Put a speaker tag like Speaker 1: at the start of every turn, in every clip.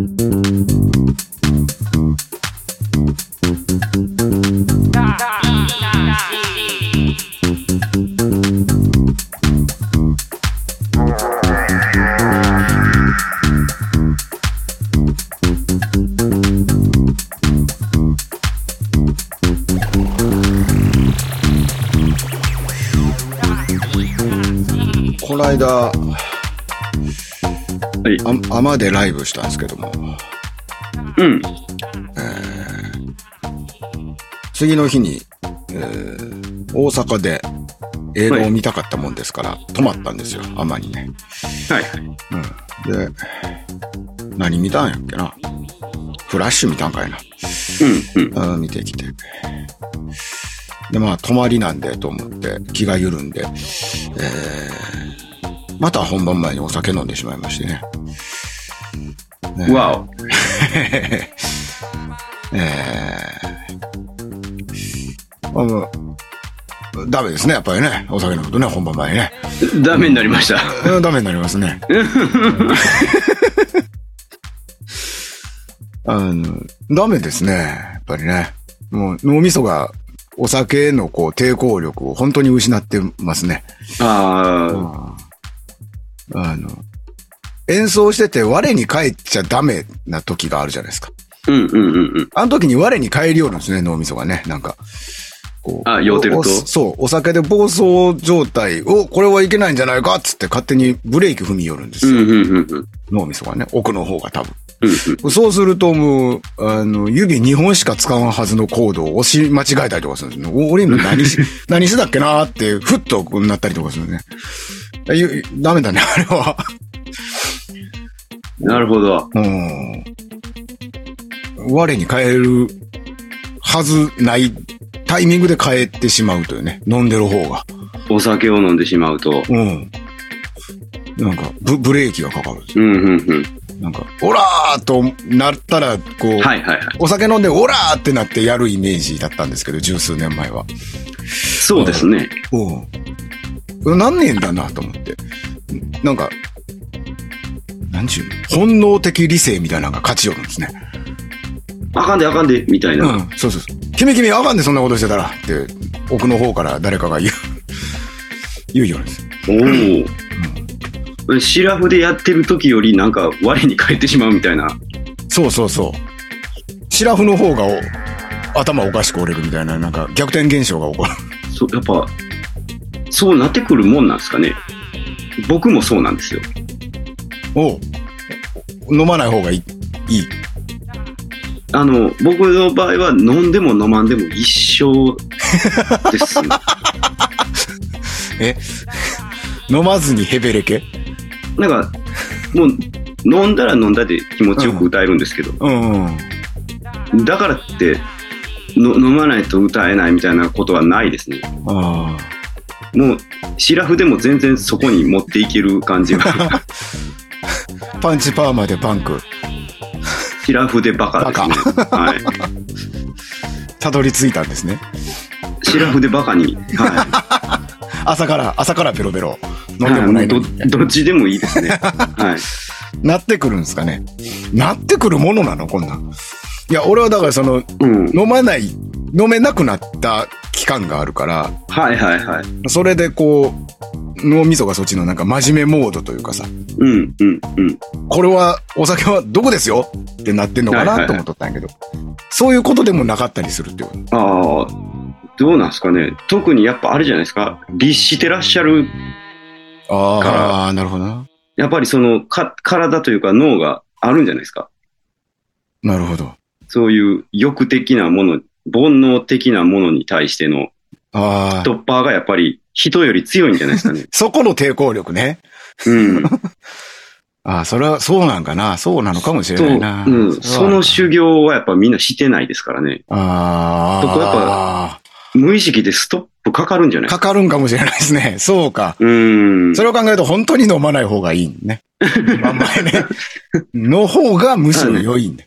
Speaker 1: この間、
Speaker 2: い
Speaker 1: あ雨でライブしたんですけども、
Speaker 2: うん。
Speaker 1: 次の日に、えー大阪で映画を見たかったもんですから、泊まったんですよ、雨にね。
Speaker 2: はい。
Speaker 1: で、何見たんやっけな。フラッシュ見たんかいな。
Speaker 2: うん。うん。
Speaker 1: あー見てきて。で、まあ、泊まりなんでと思って、気が緩んで、えーまた本番前にお酒飲んでしまいましてね。ね
Speaker 2: うわ
Speaker 1: えー、あのダメですね、やっぱりね。お酒飲むとね、本番前にね。
Speaker 2: お。ダメになりました。
Speaker 1: うんダメになりますね。あの、ダメですね。やっぱりね。もう脳みそがお酒へのこう抵抗力を本当に失ってますね。
Speaker 2: あ
Speaker 1: あの、演奏してて我に返っちゃダメな時があるじゃないですか。
Speaker 2: あ。うんうんうんうん。
Speaker 1: あの時に我に返りよるんですね、脳みそがね。なんか。こう
Speaker 2: あ酔うてると
Speaker 1: おそう、お酒で暴走状態を、これはいけないんじゃないかっつって勝手にブレーキ踏み寄るんです
Speaker 2: う
Speaker 1: よ。
Speaker 2: んうんうんうん。
Speaker 1: 脳みそがね、奥の方が多
Speaker 2: う
Speaker 1: 分。
Speaker 2: ん
Speaker 1: そうするともう、あの、指2本しか使わんはずのコードを押し間違えたりとかするんですよね。お俺今何し、何してたっけなーって、ふっとこうなったりとかするね。あゆダメだね、あれは。
Speaker 2: うん。なるほど。
Speaker 1: うん。我に変えるはずないタイミングで変えてしまうというね。飲んでる方が。
Speaker 2: お酒を飲んでしまうと。
Speaker 1: うん。なんかブ、ブレーキがかかるんですよ。
Speaker 2: うんうんうん。
Speaker 1: なんか、オラーとなったら、こう、
Speaker 2: はいはいはい。
Speaker 1: お酒飲んで、オラーってなってやるイメージだったんですけど、十数年前は。
Speaker 2: そうですね。
Speaker 1: うん。何年だなと思って。なんか、なんちゅうの本能的理性みたいなのが勝ちよるんですね。
Speaker 2: あかんであかんで、みたいな。
Speaker 1: うん、そうそうそう。君君、あかんでそんなことしてたらって、奥の方から誰かが言う、言うようです。
Speaker 2: おお。シラフでやってる時よりなんか我に返ってしまうみたいな。
Speaker 1: そうそうそう。シラフの方がお頭おかしく折れるみたいな、なんか逆転現象が起こる。
Speaker 2: そう、やっぱ、そうなってくるもんなんですかね。僕もそうなんですよ。
Speaker 1: おう飲まない方がいい。いい。
Speaker 2: あの、僕の場合は飲んでも飲まんでも一緒です ね。
Speaker 1: 飲まずにヘベレケ
Speaker 2: なんか、もう、飲んだら飲んだで気持ちよく歌えるんですけど、
Speaker 1: うんうん。
Speaker 2: だからっての、飲まないと歌えないみたいなことはないですね。
Speaker 1: ああ。
Speaker 2: もう、シラフでも全然そこに持っていける感じ が、
Speaker 1: パンチパーマでパンク。
Speaker 2: シラフでバカですね。は
Speaker 1: たどり着いたんですね。
Speaker 2: い。シラフでバカに、は
Speaker 1: 朝から、朝からペロペロ。
Speaker 2: い。
Speaker 1: 飲んでもないの
Speaker 2: ど
Speaker 1: に。
Speaker 2: どっちでもいいですね。はい。
Speaker 1: なってくるんですかね。なってくるものなのこんなん。いや、俺はだからその、
Speaker 2: うん。
Speaker 1: 飲まない、飲めなくなった期間があるから、
Speaker 2: はいはいはい。
Speaker 1: それでこう、脳みそがそっちのなんか真面目モードというかさ、
Speaker 2: うんうんうん。
Speaker 1: これは、お酒はどこですよってなってんのか
Speaker 2: はいはいは
Speaker 1: ないと思っとったんやけど、そういうことでもなかったりするっていうこと。
Speaker 2: ああ、どうなんですかね。特にやっぱあれじゃないですか。律してらっしゃる
Speaker 1: ああ、なるほどな。
Speaker 2: やっぱりそのか体というか脳があるんじゃないですか。
Speaker 1: なるほど。
Speaker 2: そういう欲的なもの、煩悩的なものに対しての
Speaker 1: あ
Speaker 2: ス
Speaker 1: あ。。
Speaker 2: トッパーがやっぱり人より強いんじゃないですかね
Speaker 1: そこの抵抗力ね。
Speaker 2: うん。
Speaker 1: ああ、それはそうなんかな。そうなのかもしれ
Speaker 2: と、
Speaker 1: ないな。
Speaker 2: うん。その修行はやっぱみんなしてないですからね。
Speaker 1: ああ。
Speaker 2: そこやっぱ無意識でストップかかるんじゃないです
Speaker 1: か
Speaker 2: か。
Speaker 1: かるんかもしれないですね。 そうか。
Speaker 2: うん。
Speaker 1: それを考えると本当に飲まない方がいいね。 あんまりね。の方がむしろ良いね。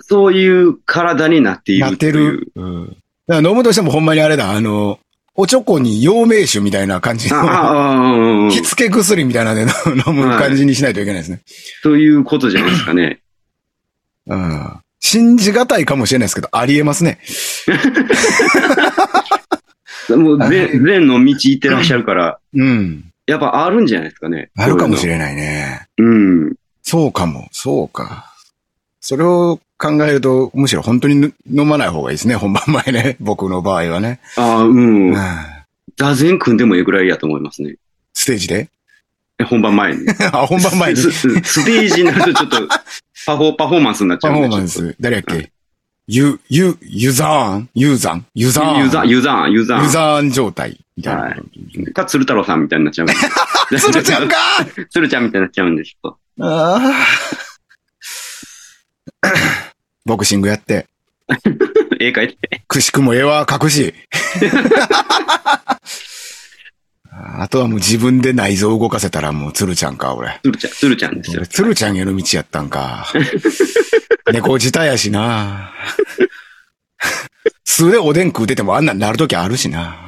Speaker 2: そういう体になっている
Speaker 1: なってる。うん。だから飲むとしてもほんまにあれだ、あの、おちょこに陽明酒みたいな感じ
Speaker 2: ああ
Speaker 1: の、
Speaker 2: ああ、うんうん
Speaker 1: 火付け薬みたいなので飲む感じにしないといけないですね。
Speaker 2: そういうことじゃないですかね。
Speaker 1: うん。信じがたいかもしれないですけど、ありえますね。
Speaker 2: もう善、善の道行ってらっしゃるから、
Speaker 1: うん。
Speaker 2: やっぱあるんじゃないですかね。
Speaker 1: あるかもし
Speaker 2: れ
Speaker 1: れないね。
Speaker 2: ない。うん。
Speaker 1: そうかも。そうか。それを考えると、むしろ本当にぬ飲まない方がいいですね、本番前ね。 僕の場合はね。
Speaker 2: ああ、う。
Speaker 1: うんん
Speaker 2: 座禅組んでもええぐらいやと思いますね。
Speaker 1: ステージで
Speaker 2: え本番前に。
Speaker 1: あ、 本番前 に
Speaker 2: ス。スステージになるとちょっ と、パフォー、パフォーマンスになっちゃ
Speaker 1: パ
Speaker 2: うん
Speaker 1: フォ
Speaker 2: で。
Speaker 1: ーマン
Speaker 2: ちょっ
Speaker 1: ス。誰やっけゆ、ゆ、ゆざーんゆざんゆざ
Speaker 2: と。
Speaker 1: ーん
Speaker 2: ユーザー、ユーザー、ユーザ
Speaker 1: ゆ
Speaker 2: ー。
Speaker 1: ざーん状態。みたい
Speaker 2: は
Speaker 1: な。
Speaker 2: か、鶴太郎さんみたいになっちゃうんで
Speaker 1: つるちゃんか
Speaker 2: 鶴ちゃんみたいになっちゃうんで、ちょっと。
Speaker 1: あー ボクシングやって、
Speaker 2: 絵描いて。
Speaker 1: くしくも絵は描 くし。あとはもう自分で内臓を動かせたらもうつるちゃんか、俺。
Speaker 2: 鶴ちゃん、鶴ちゃんですよ
Speaker 1: 俺。鶴ちゃんへの道やった んか。猫舌やしな。素でおでん食うててもあんなんなるときある しな。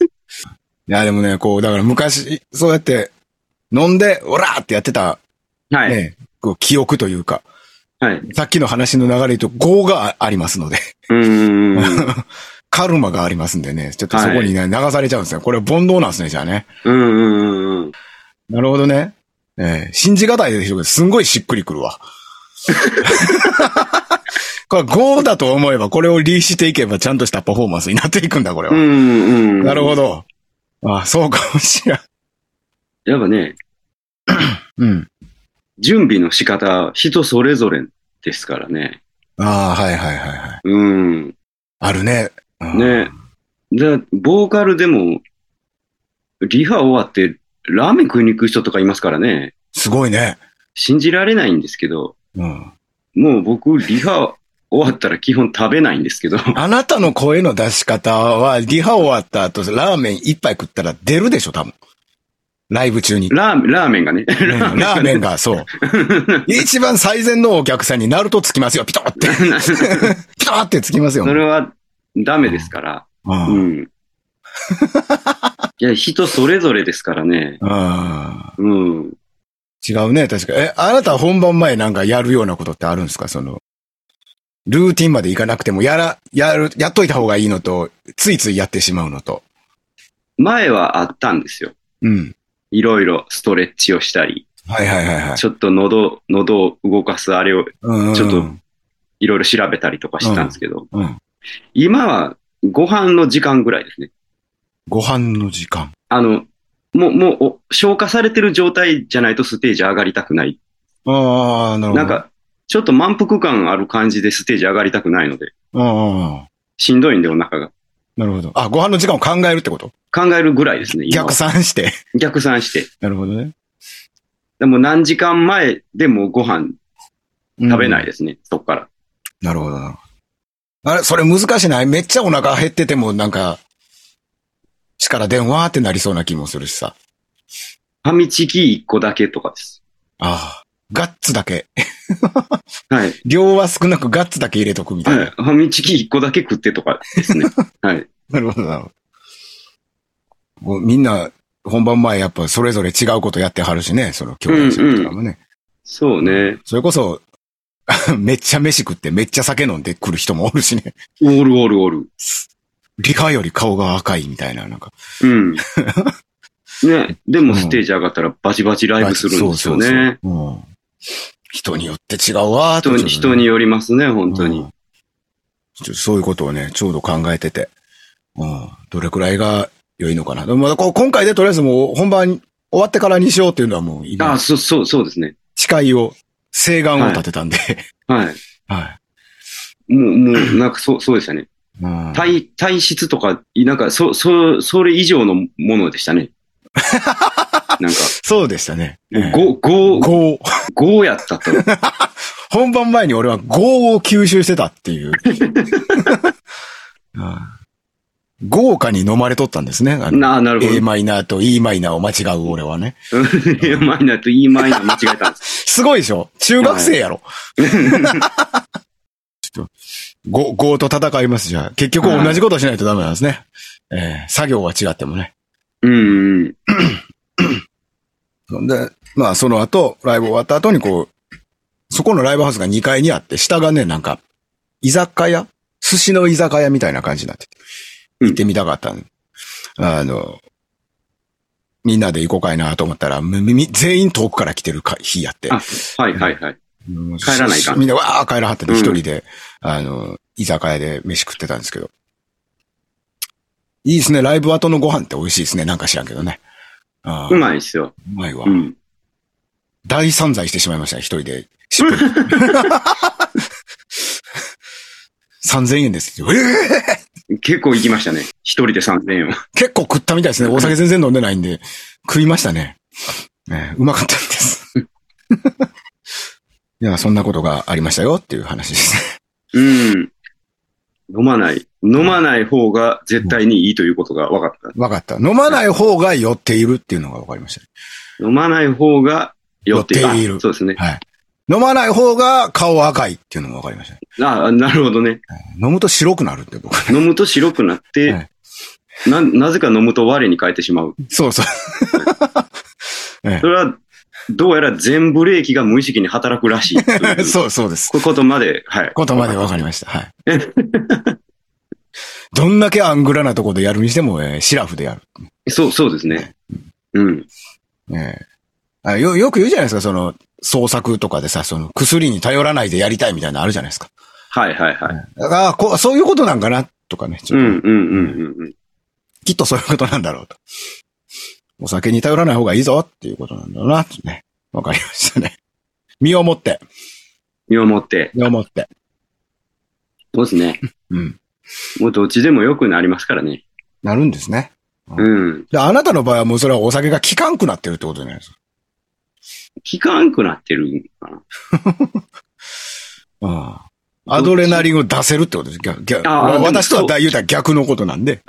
Speaker 1: いや、でもね、こう、だから昔、そうやって、飲んで、オラーってやってた、ね、
Speaker 2: はい。
Speaker 1: こう記憶というか、
Speaker 2: はい。
Speaker 1: さっきの話の流れと、業がありますので、
Speaker 2: うーん。
Speaker 1: カルマがありますんでね、ちょっとそこにね、流されちゃうんですよ。これ煩悩なんですね、じゃあね。
Speaker 2: うんうんうんうん。
Speaker 1: なるほどね。ええ信じがたいでしょうけど、すんごいしっくりく るわ。これ5だと思えば、これをリーしていけばちゃんとしたパフォーマンスになっていくんだ、これ
Speaker 2: う
Speaker 1: は。
Speaker 2: んうん。
Speaker 1: なるほ
Speaker 2: ど。
Speaker 1: ど。あ、そうかもしれん。
Speaker 2: やっぱね、
Speaker 1: うん。
Speaker 2: 準備の仕方、人それぞれですからね。
Speaker 1: ああ、はいはいはいはい。
Speaker 2: うん。
Speaker 1: あるね。うん
Speaker 2: ね。で、ボーカルでも、リハ終わって、ラーメン食いに行く人とかいますからね。
Speaker 1: すごいね。
Speaker 2: 信じられないんですけど、
Speaker 1: うん。
Speaker 2: もう僕、リハ終わったら基本食べないんですけど、
Speaker 1: あなたの声の出し方は、リハ終わった後、ラーメン一杯食ったら出るでしょ、多分。ライブ中に。
Speaker 2: ラーメン、ラーメンがね。
Speaker 1: うんラーメン が、そう。一番最善のお客さんになるとつきますよ、ピト って。ピターってつきますよ。
Speaker 2: それはダメですから。
Speaker 1: うん
Speaker 2: う。ん。いや、人それぞれですからね。
Speaker 1: うん
Speaker 2: うん。
Speaker 1: 違うね、確か。え、あなた本番前なんかやるようなことってあるんですかその、ルーティンまでいかなくても、やら、やる、やっといた方がいいのと、ついついやってしまうのと。
Speaker 2: 前はあったんですよ。
Speaker 1: うん。
Speaker 2: いろいろストレッチをしたり、
Speaker 1: はいはいはいはい。
Speaker 2: ちょっと喉、喉を動かすあれを
Speaker 1: うんうん
Speaker 2: ちょっといろいろ調べたりとかしたんですけど、
Speaker 1: うん。
Speaker 2: 今はご飯の時間ぐらいですね。
Speaker 1: ご飯の時間。
Speaker 2: あの、もう、もうお、消化されてる状態じゃないとステージ上がりたくない。
Speaker 1: ああ、なるほ
Speaker 2: な
Speaker 1: ど。
Speaker 2: ん、か、ちょっと満腹感ある感じでステージ上がりたくないので、
Speaker 1: うんうん。
Speaker 2: しんどいんでお腹が。
Speaker 1: なるほど。あ、ご飯の時間を考えるってこと
Speaker 2: 考えるぐらいですね、今は
Speaker 1: 逆算して。
Speaker 2: 逆算して。
Speaker 1: なるほどね。
Speaker 2: でも何時間前でもご飯食べない
Speaker 1: い。
Speaker 2: ですね、そっから。
Speaker 1: なるほどな。あれ、それ難しいないめっちゃお腹減ってても、なんか、力電話ってなりそうな気もするしさ。
Speaker 2: ファミチキ1個だけとかです。
Speaker 1: ああ。ガッツだけ。
Speaker 2: はい。
Speaker 1: 量は少なくガッツだけ入れとくみたいな。
Speaker 2: はい。ファミチキ1個だけ食ってとかです ね。はい。
Speaker 1: なるほどなるほど。こうみんな、本番前やっぱそれぞれ違うことやってはるしね、その共演者とかもね。
Speaker 2: そうね。
Speaker 1: それこそ、 めっちゃ飯食ってめっちゃ酒飲んでくる人もおるしね。
Speaker 2: オールオールオール。
Speaker 1: リハより顔が赤いみたいな、なんか。
Speaker 2: うん。ね、でもステージ上がったらバチバチライブするんですよ
Speaker 1: そうそう
Speaker 2: ね。
Speaker 1: そううん人によって違うわーって
Speaker 2: 人に、人によりますね、本当
Speaker 1: う
Speaker 2: に
Speaker 1: ん。ちょそういうことをね、ちょうど考えてて。うん。どれくらいが良いのかな。でもまだこう今回でとりあえずもう本番終わってからにしようっていうのはもう
Speaker 2: あ
Speaker 1: 今、
Speaker 2: そう、そう、そうですね。
Speaker 1: 誓いを、誓願を立てたんで。
Speaker 2: はい。
Speaker 1: は
Speaker 2: もう、も う、なんか、そう、そうでしたね。
Speaker 1: い。うん
Speaker 2: 体、体質とか、なんか、そ、そ、それ以上のもので したね。なん
Speaker 1: そうでしたね。
Speaker 2: か、ご、ご、
Speaker 1: 5。
Speaker 2: ごやったと。
Speaker 1: 本番前に俺は5を吸収してたっ ていう。うん豪華に飲まれとったんですね。あの
Speaker 2: なあ、 なるほ
Speaker 1: A マイナーと E マイナーを間違う俺はね。
Speaker 2: ど。A マイナーと E マイナー間違えたんです。
Speaker 1: すごいでしょ中学生やろ。 ちょっと、ご、ごと戦いますじゃあ。結局同じことしないとダメなんですね。えー作業は違ってもね。
Speaker 2: うん、うん。
Speaker 1: で、まあその後、ライブ終わった後にこう、そこのライブハウスが2階にあって、下がね、なんか、居酒屋寿司の居酒屋みたいな感じになってて、
Speaker 2: うん
Speaker 1: 行ってみたかったんであの、みんなで行こうかいなと思ったら、みみ全員遠くから来てるか日やって。
Speaker 2: あ、はい、はい、はい。
Speaker 1: 帰
Speaker 2: 帰らないかん
Speaker 1: みんなわあ帰らはってて、
Speaker 2: うん
Speaker 1: 一人で、あの、居酒屋で飯食ってたんですけど。いいですね、ライブ後のご飯って美味しいですね、なんか知らんけどね。ああ
Speaker 2: うまいですよ。
Speaker 1: うまいわ
Speaker 2: う。ん。
Speaker 1: 大散財してしまいました、一 人で。しっぽり 3000円です。ええ
Speaker 2: 結構行きましたね。一人で3000円を。
Speaker 1: 結構食ったみたいですね。お酒全然飲んでないんで、食いましたね。ねうまかったんで す。いや、そんなことがありましたよっていう話ですね。
Speaker 2: うん。飲まない。飲まない方が絶対にいいということが分かった。
Speaker 1: わかった。飲まない方が酔っているっていうのがわかりましたね。
Speaker 2: 飲まない方が酔ってい
Speaker 1: 酔ってい
Speaker 2: る。
Speaker 1: る
Speaker 2: あそうですね。
Speaker 1: はい。飲まない方が顔赤いっていうのがわかりましたね。
Speaker 2: ああ、なるほどね。
Speaker 1: 飲むと白くなるって僕。
Speaker 2: 飲むと白くなって、
Speaker 1: はい
Speaker 2: な、なぜか飲むと我に返ってしまう。
Speaker 1: そうそう。え
Speaker 2: それは、どうやら全ブレーキが無意識に働くらしいとい
Speaker 1: え
Speaker 2: う。
Speaker 1: そうそうです。
Speaker 2: こういうことまで、はい。
Speaker 1: ことまでわかりました。 はい。どんだけアングラなとこでやるにしても、えーシラフでやる。
Speaker 2: そう、そうですね。うん。
Speaker 1: ええあよ、よく言うじゃないですか、その、創作とかでさ、その、薬に頼らないでやりたいみたいなのあるじゃないですか。
Speaker 2: はいはいはい。
Speaker 1: だから、こう、そういうことなんかな、とかね。ち
Speaker 2: う
Speaker 1: ょっと
Speaker 2: んうんうんうんうん。
Speaker 1: きっとそういうことなんだろうと。お酒に頼らない方がいいぞっていうことなんだろうな、とね。わかりましたね。身をもって、
Speaker 2: 身をもって。
Speaker 1: 身をもって。
Speaker 2: そうですね。
Speaker 1: うん。
Speaker 2: もうどっちでも良くなりますからね。
Speaker 1: なるんですね。
Speaker 2: うん。
Speaker 1: で、あなたの場合はもうそれはお酒が効かんくなってるってことじゃないですか。
Speaker 2: 効かんくなってるんかな。
Speaker 1: ああ。アドレナリンを出せるってことです。逆、逆。
Speaker 2: ああ
Speaker 1: 私とは
Speaker 2: でもそう
Speaker 1: 言うたら逆のことなんで、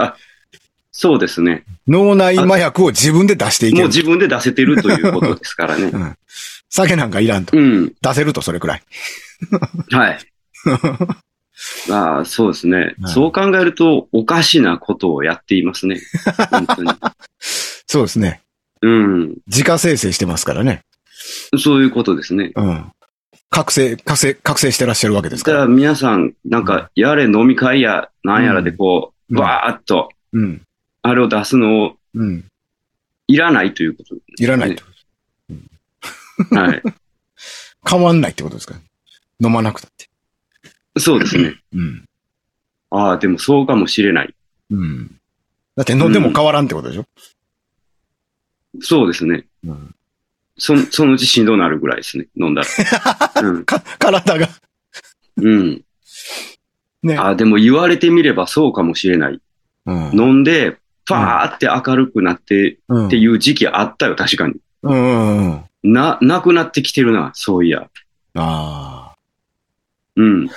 Speaker 2: そうですね。
Speaker 1: 脳内麻薬を自分で出していけ
Speaker 2: もう
Speaker 1: る。
Speaker 2: 自分で出せてるということですからね
Speaker 1: う。ん。酒なんかいらんと。
Speaker 2: うん。
Speaker 1: 出せるとそれくらい。
Speaker 2: はい。ああ、そうですね。
Speaker 1: はい
Speaker 2: そう考えると、おかしなことをやっていますね。本 当に。
Speaker 1: そうですね。
Speaker 2: うん。
Speaker 1: 自家生成してますからね。
Speaker 2: そういうことですね。
Speaker 1: うん。覚醒、覚醒、覚醒してらっしゃるわけですか。
Speaker 2: だからら皆さん、なんか、やれ飲み会や、なんやらでこ
Speaker 1: う
Speaker 2: う、
Speaker 1: ん
Speaker 2: わーっと、
Speaker 1: うん。
Speaker 2: あれを出すのを、
Speaker 1: うん。
Speaker 2: いらないということ、
Speaker 1: いらないってこと。
Speaker 2: はい。
Speaker 1: 変わんないってことですか飲まなくたって。
Speaker 2: そうですね。
Speaker 1: うん。
Speaker 2: ああ、でもそうかもしれない。
Speaker 1: うん。だって飲んでも変わらんってことでしょ、
Speaker 2: そうですね。
Speaker 1: うん、
Speaker 2: そそのうちしんどなるぐらいですね。飲んだ ら。うん。
Speaker 1: か、体が。
Speaker 2: うん。
Speaker 1: ね。
Speaker 2: ああ、でも言われてみればそうかもしれない。
Speaker 1: うん。
Speaker 2: 飲んで、パーって明るくなって
Speaker 1: うん
Speaker 2: っていう時期あったよ、確かに。
Speaker 1: うんうんうん。あ
Speaker 2: な、なくなってきてるな、そういや。
Speaker 1: あ
Speaker 2: うん。
Speaker 1: ー。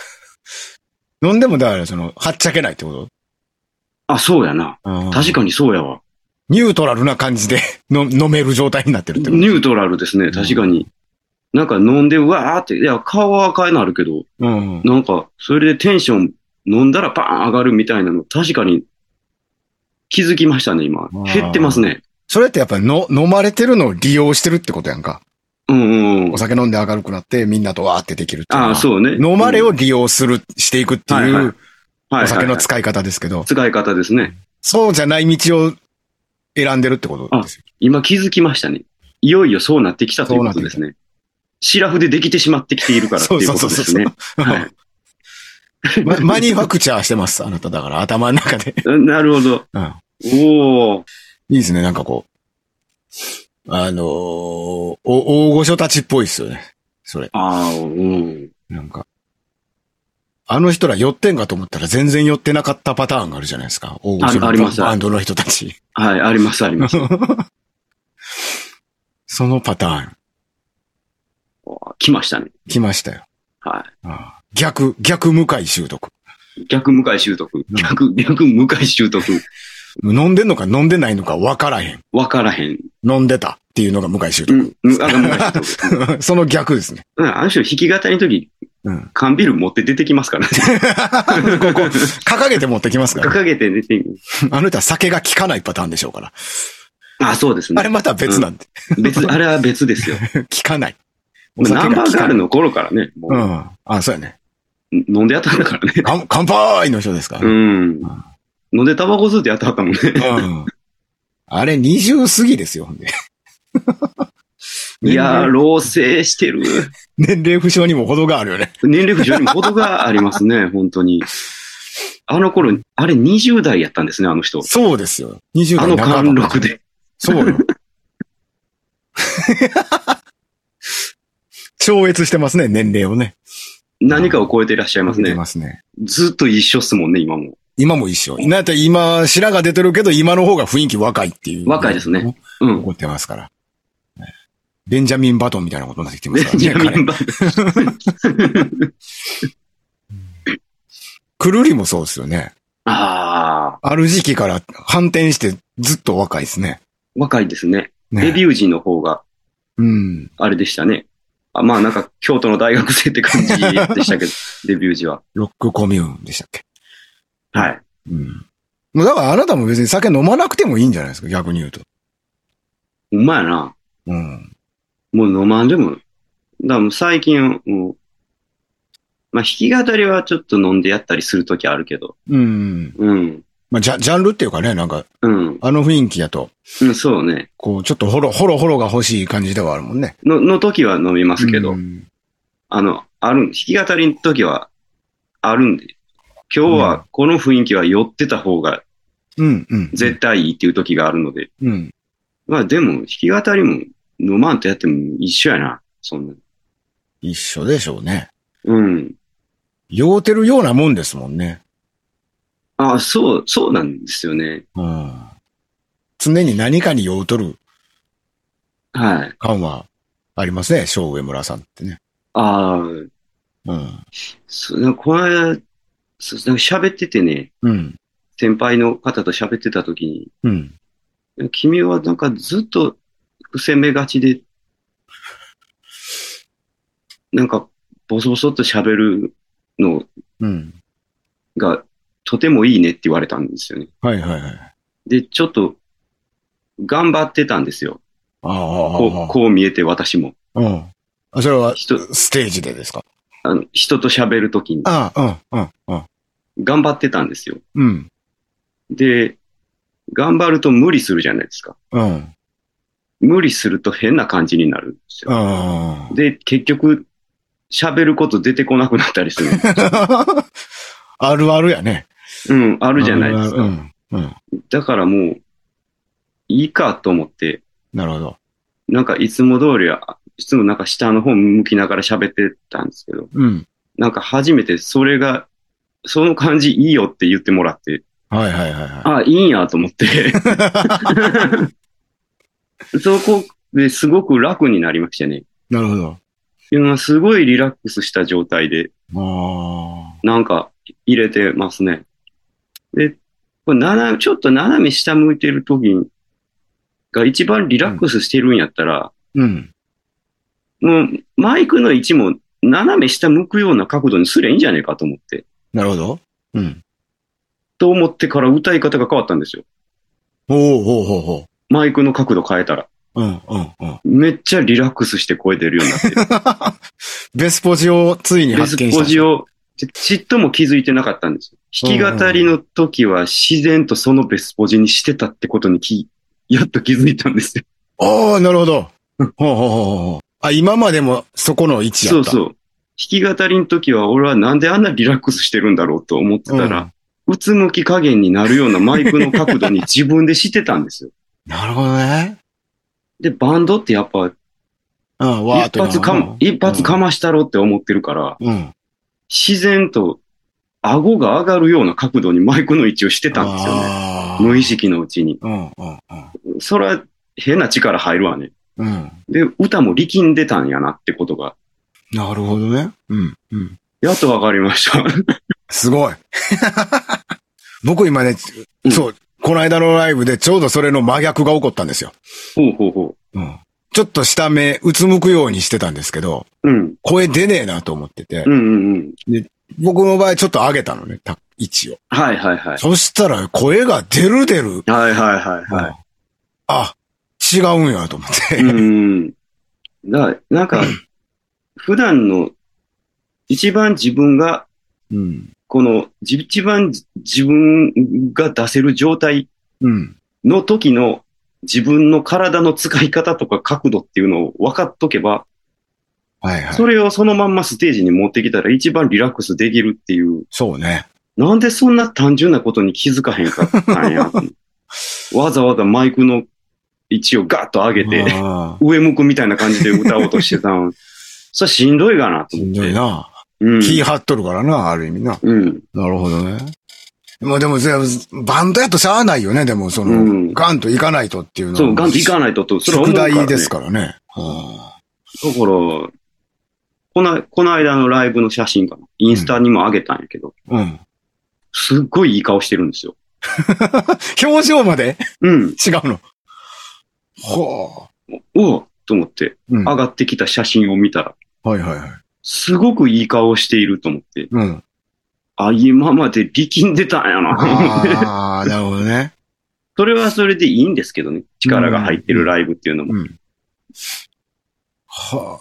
Speaker 1: 飲んでもだから、その、はっちゃけないってこと
Speaker 2: あ、そうやな。確
Speaker 1: か
Speaker 2: かにそうやわ。
Speaker 1: ニュートラルな感じで の飲める状態になってるってこと
Speaker 2: ニュートラルですね、確かに。なんか飲んで、うわーって、いや、顔は赤いのあるけど、
Speaker 1: うん。
Speaker 2: なんか、それでテンション、飲んだらパーン上がるみたいなの、確かに、気づきましたね、今
Speaker 1: ー。
Speaker 2: 減ってますね。
Speaker 1: それってやっぱりの飲まれてるのを利用してるってことやんか。
Speaker 2: うんうんうん
Speaker 1: お。酒飲んで明るくなってみんなとわーってできるっていうの
Speaker 2: あ
Speaker 1: は
Speaker 2: あ、そうね。
Speaker 1: 飲まれ
Speaker 2: う
Speaker 1: を
Speaker 2: ん
Speaker 1: 利用する、していくって
Speaker 2: はいはいいうはい
Speaker 1: お
Speaker 2: はいはい
Speaker 1: 酒の使い方ですけど、
Speaker 2: 使い方ですね。
Speaker 1: そうじゃない道を選んでるってことですよ。
Speaker 2: 今気づきましたね。いよいよそうなってきたということですね。シラフでできてしまってきているからっていうことですね。はい
Speaker 1: まマニファクチャーしてます、あなただから、頭の 中で。
Speaker 2: なるほど。
Speaker 1: うん
Speaker 2: おお、
Speaker 1: いいですね、なんかこう。あのーお大御所たちっぽいですよね。それ、
Speaker 2: ああ、うん。
Speaker 1: なんか。あの人ら寄ってんかと思ったら全然寄ってなかったパターンがあるじゃないですか。大御所
Speaker 2: あありま
Speaker 1: の
Speaker 2: す
Speaker 1: バンドの人たち。
Speaker 2: はい、あります、あります。
Speaker 1: そのパターン、
Speaker 2: 来ましたね。
Speaker 1: 来ましたよ。
Speaker 2: は
Speaker 1: ああ逆、逆向かい習得。
Speaker 2: い。逆向かい習得。逆、逆向かい習得。
Speaker 1: 飲んでんのか飲んでないのか分からへん。
Speaker 2: わからへん。
Speaker 1: 飲んでたっていうのが向井修
Speaker 2: う
Speaker 1: 徳。
Speaker 2: ん。むあ、向かい習得。
Speaker 1: その逆ですね。
Speaker 2: うん、あの人、弾き語りの時、
Speaker 1: うん。
Speaker 2: 缶ビール持って出てきますからね。
Speaker 1: ここ、 掲げて持ってきますから、ね。
Speaker 2: 掲げて出てき
Speaker 1: あの人は酒が効かないパターンでしょうから。
Speaker 2: あ、そうです
Speaker 1: あれ
Speaker 2: ね。
Speaker 1: また別なんで。
Speaker 2: 別、あれは別ですよ。
Speaker 1: 効、かない。お酒が
Speaker 2: ナンバ
Speaker 1: 効
Speaker 2: ーガ
Speaker 1: か
Speaker 2: ー
Speaker 1: な
Speaker 2: ル
Speaker 1: い
Speaker 2: の頃からね、もう、
Speaker 1: うん。あ、そうやね。
Speaker 2: 飲んでやったんだからね。
Speaker 1: 乾乾杯の人ですから、
Speaker 2: う
Speaker 1: ね。
Speaker 2: ん。飲んでタバコ吸ってやったはったもんね。
Speaker 1: うん。あれ20過ぎですよ、ほんで。
Speaker 2: いやー、老成してる。
Speaker 1: 年齢不詳にも程があるよね。
Speaker 2: 年齢不詳にも程がありますね、 本当に。あの頃、あれ20代やったんですね、あの人。
Speaker 1: そうですよ。20
Speaker 2: あ
Speaker 1: 代
Speaker 2: の
Speaker 1: 半ば
Speaker 2: 貫禄で。
Speaker 1: そうよ。 超越してますね、年齢をね。
Speaker 2: 何かを超えていらっしゃいます
Speaker 1: 出
Speaker 2: ね。
Speaker 1: ますね。
Speaker 2: ずっと一緒っすもんね、今も。
Speaker 1: 今も一緒。なんて今、白が出てるけど、今の方が雰囲気若いっていう。
Speaker 2: 若いですね。うん。
Speaker 1: 怒ってますから。ベンジャミン・バトンみたいなことになってきてま
Speaker 2: ベ
Speaker 1: すから
Speaker 2: ン
Speaker 1: ね。
Speaker 2: ジャミ
Speaker 1: 彼
Speaker 2: ンバ
Speaker 1: くるりもそうですよね。
Speaker 2: ああ、
Speaker 1: ある時期から反転してずっと若いですね。
Speaker 2: 若いですね。
Speaker 1: ね
Speaker 2: デビュー時の方が、
Speaker 1: うん。
Speaker 2: あれでしたね。あまあなんか、京都の大学生って感じでした けど、デビュー時は。
Speaker 1: ロックコミューンでしたっけ
Speaker 2: はい。
Speaker 1: うん。もうだからあなたも別に酒飲まなくてもいいんじゃないですか、逆に言うと。
Speaker 2: うまいな。
Speaker 1: うん。
Speaker 2: もう飲まんでも。だからもう最近、もう、まあ弾き語りはちょっと飲んでやったりするときあるけど。
Speaker 1: うん。
Speaker 2: うん。
Speaker 1: まあ、ジャジャンルっていうかね、なんか、
Speaker 2: うん。
Speaker 1: あの雰囲気やと、
Speaker 2: うん、そうね。
Speaker 1: こう、ちょっとホロ、ホロホロが欲しい感じではあるもんね。
Speaker 2: の、の時は飲みますけど、
Speaker 1: うん
Speaker 2: あの、あるん、弾き語りの時はあるんで、今日はこの雰囲気は寄ってた方が
Speaker 1: うん、うん。
Speaker 2: 絶対いいっていう時があるので、
Speaker 1: うん。
Speaker 2: まあでも弾き語りも飲まんとやっても一緒やな、そんな。
Speaker 1: 一緒でしょうね。
Speaker 2: うん。
Speaker 1: 酔うてるようなもんですもんね。
Speaker 2: ああ、そう、そうなんですよね。
Speaker 1: うん。常に何かに酔うとる
Speaker 2: はい。
Speaker 1: 感はありますね、小上村さんってね。
Speaker 2: ああ、
Speaker 1: うん。
Speaker 2: そうなんかこの間、そうなんか喋っててね、
Speaker 1: うん。
Speaker 2: 先輩の方と喋ってた時
Speaker 1: うん。
Speaker 2: に、君はなんかずっと癖めがちで、なんかボソボソっと喋るの
Speaker 1: うん。
Speaker 2: がとてもいいねって言われたんですよね。
Speaker 1: はいはいはい。あ
Speaker 2: で、ちょっと頑張ってたんですよ。
Speaker 1: あ、あ
Speaker 2: こう
Speaker 1: あ、あ
Speaker 2: こう見えて私も。
Speaker 1: あ。うん。あ、それは、
Speaker 2: 人
Speaker 1: ステージでですか
Speaker 2: あの人と喋るときに
Speaker 1: ああ、うん、うん、
Speaker 2: 頑張ってたんですよ。
Speaker 1: うん。
Speaker 2: で、頑張ると無理するじゃないですか。
Speaker 1: うん。うん。
Speaker 2: 無理すると変な感じになるんですよ。
Speaker 1: あ
Speaker 2: で、結局、喋ること出てこなくなったりす る。
Speaker 1: あ。 あるあるやね。
Speaker 2: うん、あ
Speaker 1: あ
Speaker 2: るじゃないです
Speaker 1: るあ
Speaker 2: か。
Speaker 1: るうん。うん。
Speaker 2: だからもう、いいかと思って、
Speaker 1: なるほど。
Speaker 2: なんかいつも通りは、いつもなんか下の方向きながら喋ってたんですけど、
Speaker 1: うん。
Speaker 2: なんか初めてそれが、その感じいいよって言ってもらって、
Speaker 1: はいはいはいは
Speaker 2: あ、いいんやと思 って。 そこですごく楽になりましたね。
Speaker 1: い。なるほど。
Speaker 2: いうのはすごいリラックスした状態で、
Speaker 1: ああ。
Speaker 2: なんか入れてますね。で、これ斜ちょっと斜め下向いてる時が一番リラックスしてるんやったら、
Speaker 1: うん。
Speaker 2: もうマイクの位置も斜め下向くような角度にすりゃいいんじゃねえかと思って、
Speaker 1: なるほど。うん。
Speaker 2: と思ってから歌い方が変わったんですよ。
Speaker 1: おうほうほうほ
Speaker 2: マイクの角度変えたら。
Speaker 1: う。うん、うん、うん。
Speaker 2: めっちゃリラックスして声出るようになって。
Speaker 1: ベスポジをついに
Speaker 2: ベ
Speaker 1: 発
Speaker 2: ス
Speaker 1: 見し
Speaker 2: ポ
Speaker 1: た。
Speaker 2: ジをちちっとも気づいてなかったんですよ。弾き語りの時は自然とそのベスポジにしてたってことにき、やっと気づいたんですよ。
Speaker 1: おおなるほど。ほうほうほうほう。あ、今までもそこの位置
Speaker 2: そ
Speaker 1: やっ
Speaker 2: う
Speaker 1: た。
Speaker 2: そう。弾き語りの時は俺はなんであんなリラックスしてるんだろうと思ってたら、うつむき加減になるようなマイクの角度に自分でしてたんですよ。
Speaker 1: なるほどね。
Speaker 2: で、バンドってやっぱ
Speaker 1: うん、わーっ
Speaker 2: 一
Speaker 1: と今
Speaker 2: 発かま、一発かましたろって思ってるから、
Speaker 1: うん。うん。
Speaker 2: 自然と顎が上がるような角度にマイクの位置をしてたんですよね。
Speaker 1: あー
Speaker 2: 無意識のうちに。
Speaker 1: うん、うん、うん
Speaker 2: それは変な力入るわね。
Speaker 1: うん。
Speaker 2: で、歌も力んでたんやなってことが、
Speaker 1: なるほどね。うん、うん。
Speaker 2: やっとわかりました。
Speaker 1: すごい。 僕今ね
Speaker 2: う、ん
Speaker 1: そう、この間のライブでちょうどそれの真逆が起こったんですよ。
Speaker 2: ほうほうほ
Speaker 1: うん。ちょっと下目、うつむくようにしてたんですけど、
Speaker 2: う。うん。
Speaker 1: 声出ねえなと思ってて
Speaker 2: う、んうんうん。
Speaker 1: 僕の場合ちょっと上げたのね、た位置を。
Speaker 2: はいはいはい。
Speaker 1: そしたら声が出る出る。
Speaker 2: はいはいはいは
Speaker 1: あ、違うんやと思って。
Speaker 2: い。うんうん。だなんか、普段の、一番自分が、
Speaker 1: うん。
Speaker 2: この、じ一番じ自分が出せる状態
Speaker 1: うん。
Speaker 2: の時の自分の体の使い方とか角度っていうのを分かっとけば、
Speaker 1: はいはい。
Speaker 2: それをそのまんまステージに持ってきたら一番リラックスできるっていう
Speaker 1: そうね。
Speaker 2: なんで そんな単純なことに気づかへんかったんや。わざわざマイクの一応ガッと上げて、
Speaker 1: あ
Speaker 2: 上向くみたいな感じで歌おうとしてた の。それしんどいかな
Speaker 1: ー
Speaker 2: と
Speaker 1: し
Speaker 2: 思っ
Speaker 1: ん
Speaker 2: て。
Speaker 1: どいな。
Speaker 2: うん。
Speaker 1: 気張っとるからな、ある意味な。
Speaker 2: うん。
Speaker 1: なるほどね。もうでも、ぜバンドやとしゃあないよね、でも、その、
Speaker 2: うん
Speaker 1: ガンと行かないとっていうのは
Speaker 2: そう、ガンと行かないとと、それは思
Speaker 1: 宿
Speaker 2: うから、ね。
Speaker 1: 題ですからね。あ
Speaker 2: だから、この、この間のライブの写真かな。インスタにも上げたんやけど、
Speaker 1: ーうん。
Speaker 2: すっごいいい顔してるんですよ。
Speaker 1: 表情まで
Speaker 2: うん。
Speaker 1: 違うの。はあ。
Speaker 2: おうと思って、
Speaker 1: うん。
Speaker 2: 上
Speaker 1: はい
Speaker 2: がってきた写真を見たら、
Speaker 1: はいはい。
Speaker 2: すごくいい顔していると思って、
Speaker 1: うん。
Speaker 2: あ、今まで力んでたんや な。
Speaker 1: ああ、なるほどね。
Speaker 2: それはそれでいいんですけどね。力が入ってるライブっていうのも。
Speaker 1: うん。は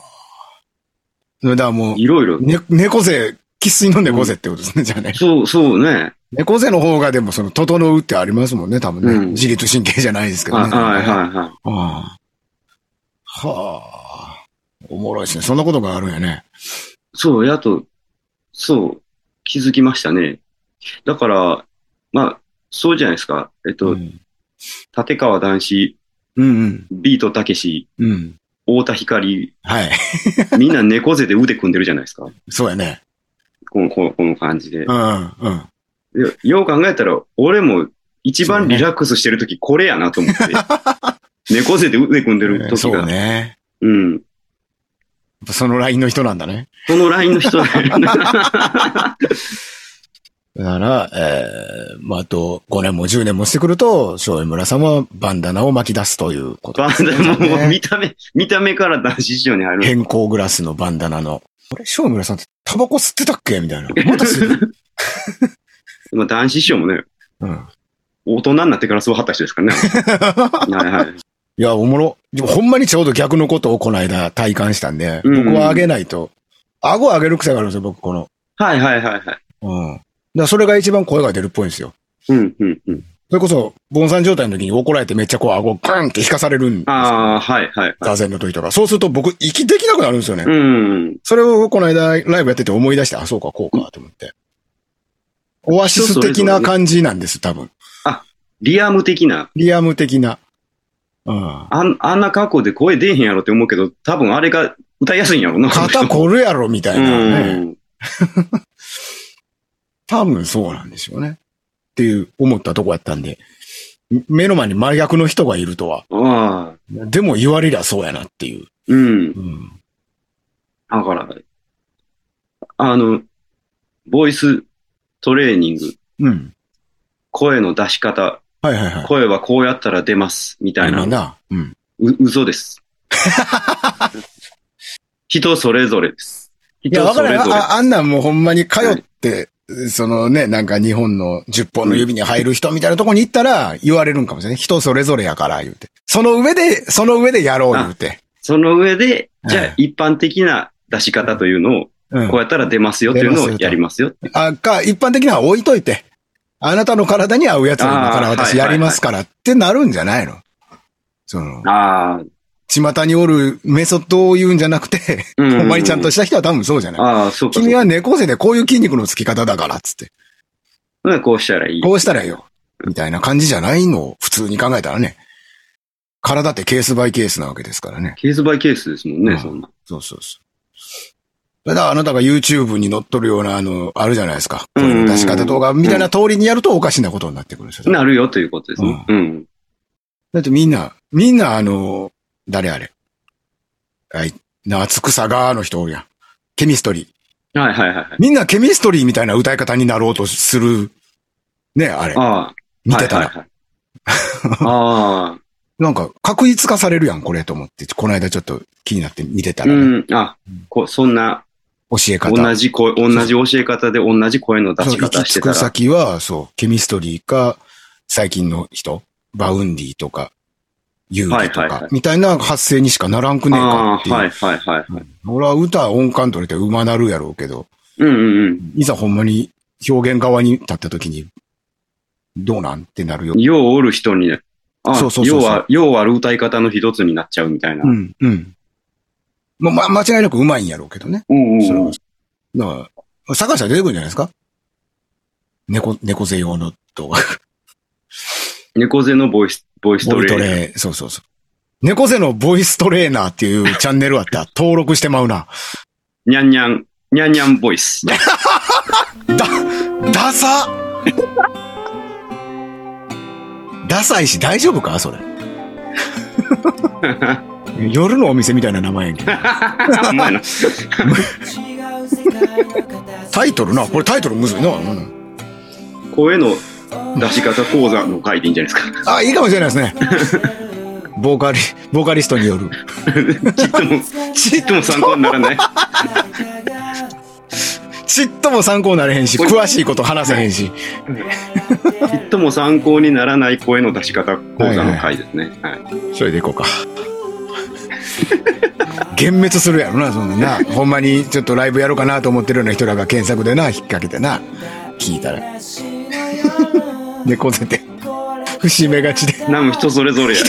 Speaker 1: あ。だからもう、
Speaker 2: いろいろ。
Speaker 1: ね、猫背、喫水の猫背ってことですね、じゃあね。
Speaker 2: そう、そうね。
Speaker 1: 猫背の方がでもその、整うってありますもんね、多分ね。
Speaker 2: うん
Speaker 1: 自律神経じゃないですけどね。
Speaker 2: はいはいはいはい。
Speaker 1: ああはあ。おもろいですね。そんなことがあるんやね。
Speaker 2: そう、やっと、そう、気づきましたね。だから、まあ、そうじゃないですか。えっと、
Speaker 1: うん
Speaker 2: 立川談志、
Speaker 1: うん。
Speaker 2: ビートたけし、
Speaker 1: うん。
Speaker 2: 太田光、
Speaker 1: はい。
Speaker 2: みんな猫背で腕組んでるじゃないですか。
Speaker 1: そうやね。
Speaker 2: この、このこの感じで
Speaker 1: う。ん。うん。
Speaker 2: でよう考えたら、俺も一番リラックスしてる時これやなと思 って。猫背で腕組んでる時
Speaker 1: そう
Speaker 2: が。
Speaker 1: ね。
Speaker 2: うん。
Speaker 1: やっぱそのラインの人なんだね。
Speaker 2: このラインの人 だよね
Speaker 1: だから、えー、まあ、あと5年も10年もしてくると、醤油村さんはバンダナを巻き出すということ
Speaker 2: バ
Speaker 1: で
Speaker 2: ン
Speaker 1: すね、
Speaker 2: ダナもう
Speaker 1: ね。
Speaker 2: 見た目、見た目から男子市場に入る。
Speaker 1: 変更グラスのバンダナの。あれ、醤油村さんってタバコ吸ってたっけみたいな。また吸ってる
Speaker 2: まあ男子市場もね、
Speaker 1: うん。
Speaker 2: 大人になってからそうはった人です からね。はいはい。
Speaker 1: いや、おもろ。でもほんまにちょうど逆のことをこの間体感したんで、
Speaker 2: うんうん
Speaker 1: 僕は上げないと。顎を上げる癖があるんですよ、僕この。
Speaker 2: はいはいはいはい。
Speaker 1: うん。だからそれが一番声が出るっぽいんですよ。
Speaker 2: うんうんうん。
Speaker 1: それこそ、ボンさん状態の時に怒られてめっちゃこう顎ガンって引かされるんですよ。
Speaker 2: ああ、はいはいはい。
Speaker 1: 座禅の時とか。そうすると僕、息できなくなるんですよね。
Speaker 2: うん。
Speaker 1: それをこの間ライブやってて思い出して、あ、そうか、こうか、と思って。オアシス的な感じなんです、多分。
Speaker 2: リアム的な。
Speaker 1: リアム的な。うん。
Speaker 2: あんあんな格好で声出えへんやろって思うけど、多分あれが歌いやすいんやろな。
Speaker 1: 肩
Speaker 2: こ
Speaker 1: 凝るやろ、みた
Speaker 2: う
Speaker 1: いなね。
Speaker 2: ん。
Speaker 1: 多分そうなんでしょうね。っていう思ったとこやったんで。目の前に真逆の人がいるとは。
Speaker 2: ああ。
Speaker 1: でも言われりゃそうやなっていう。
Speaker 2: うん。
Speaker 1: うん。
Speaker 2: だから、あの、ボイストレーニング、
Speaker 1: うん。
Speaker 2: 声の出し方、
Speaker 1: はいはいはい。
Speaker 2: 声はこうやったら出ます、みたいな。
Speaker 1: 今な。うん。
Speaker 2: う、嘘 です。人それぞれです。
Speaker 1: いや、
Speaker 2: 人
Speaker 1: わ
Speaker 2: そ
Speaker 1: かる
Speaker 2: れ
Speaker 1: よ
Speaker 2: ぞれ。
Speaker 1: あ、あんなんもうほんまに通って、そのね、なんか日本の10本の指に入る人みたいなとこに行ったら言われるんかもしれない。人それぞれやから言うて。その上で、その上でやろう言うて。
Speaker 2: その上で、じゃ
Speaker 1: はい
Speaker 2: あ一般的な出し方というのを、
Speaker 1: うん
Speaker 2: こう。やったら出ますよというの
Speaker 1: 出ます
Speaker 2: を
Speaker 1: よと
Speaker 2: やりますよ。
Speaker 1: あ、か、一般的には置いといて。あなたの体に合うやつを今から
Speaker 2: あー
Speaker 1: 私やりますからってなるんじゃないのその、
Speaker 2: ああ、
Speaker 1: 巷におるメソッドを言うんじゃなくて、
Speaker 2: うん
Speaker 1: ほんまにちゃんとした人は多分そうじゃない。
Speaker 2: ああ、そうか。
Speaker 1: 君は猫背でこういう筋肉のつき方だからっつって。
Speaker 2: そうかこうしたらいい。
Speaker 1: こうしたらいいよ。みたいな感じじゃないのを普通に考えたらね。体ってケースバイケースなわけですからね。
Speaker 2: ケースバイケースですもんね、
Speaker 1: うん
Speaker 2: そんな。
Speaker 1: そうそうそう。ただあなたが YouTube に載っとるような、あの、あるじゃないですか。
Speaker 2: うん
Speaker 1: 声の出し方動画みたいな通りにやるとおかしなことになってくるんですよ。
Speaker 2: なるよということですね。うん。
Speaker 1: だってみんな、みんなあの、誰あれ。はい。夏草がの人おるやん。ケミストリー。
Speaker 2: はいはいはいはい。
Speaker 1: みんなケミストリーみたいな歌い方になろうとする。ね、あれ。
Speaker 2: ああ、
Speaker 1: 見てたら。
Speaker 2: はいはいはい、 あ
Speaker 1: なんか、確実化されるやん、これと思って。この間ちょっと気になって見てた
Speaker 2: あ、
Speaker 1: ら
Speaker 2: う
Speaker 1: ね、
Speaker 2: ん、あ、こう、そんな、
Speaker 1: 教え方。
Speaker 2: 同じ声、同じ教え方で同じ声の出
Speaker 1: そ
Speaker 2: し
Speaker 1: の行
Speaker 2: 方
Speaker 1: き
Speaker 2: して
Speaker 1: 着
Speaker 2: た
Speaker 1: く
Speaker 2: ら、
Speaker 1: 先は、そう、ケミストリーか、最近の人、バウンディとか、ユーギと
Speaker 2: はいはいは
Speaker 1: か
Speaker 2: い、
Speaker 1: みたいな発声にしかならんくねえか
Speaker 2: あ
Speaker 1: って
Speaker 2: あ、
Speaker 1: い
Speaker 2: はい
Speaker 1: う。
Speaker 2: はいはいはい。
Speaker 1: 俺は歌音感取れて馬なるやろうけど、
Speaker 2: うんうん
Speaker 1: いざほんまに表現側に立った時に、どうなんってなるよ
Speaker 2: うん。。ようおる人にね、ああ
Speaker 1: そうそうそうそ
Speaker 2: 要
Speaker 1: う
Speaker 2: は、要はある歌い方の一つになっちゃうみたいな。
Speaker 1: ん、うん。ま、ま、間違いなく上手いんやろうけどね。
Speaker 2: うん
Speaker 1: それ
Speaker 2: うんう
Speaker 1: は
Speaker 2: ん。
Speaker 1: だから、探したら出てくるんじゃないですか猫、猫背用の動画。
Speaker 2: 猫背のボイス、ボイス
Speaker 1: ボ
Speaker 2: ト
Speaker 1: イ
Speaker 2: レ
Speaker 1: ト
Speaker 2: ーニング。
Speaker 1: レ、そうそうそう。猫背のボイストレーナーっていうチャンネル あった。登録してまうな。
Speaker 2: にゃんにゃん、にゃんにゃんボイス。
Speaker 1: だ、ダサダサいし大丈夫 かそれ。夜のお店みたいな名前やんけ。
Speaker 2: お前な。
Speaker 1: タイトルな、これタイトルむずいな。うん
Speaker 2: 声の出し方講座の回でいいんじゃないですか。
Speaker 1: あ、いいかもしれないですね。ボーカリ、ボーカリストによる。
Speaker 2: ちっとも、ちっとも参考にならない。
Speaker 1: ちっとも参考になれへんし、詳しいこと話せへんし。
Speaker 2: ちっとも参考にならない声の出し方講座の回ですね。はい
Speaker 1: それでいこうか。幻滅するやろな、そんなな。ほんまにちょっとライブやろうかなと思ってるような人らが検索でな、引っ掛けてな、聞いたら。猫背て、節目がちで。
Speaker 2: なんも人それぞれや。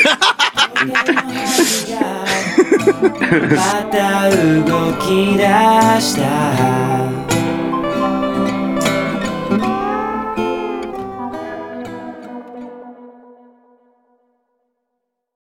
Speaker 3: また動き出した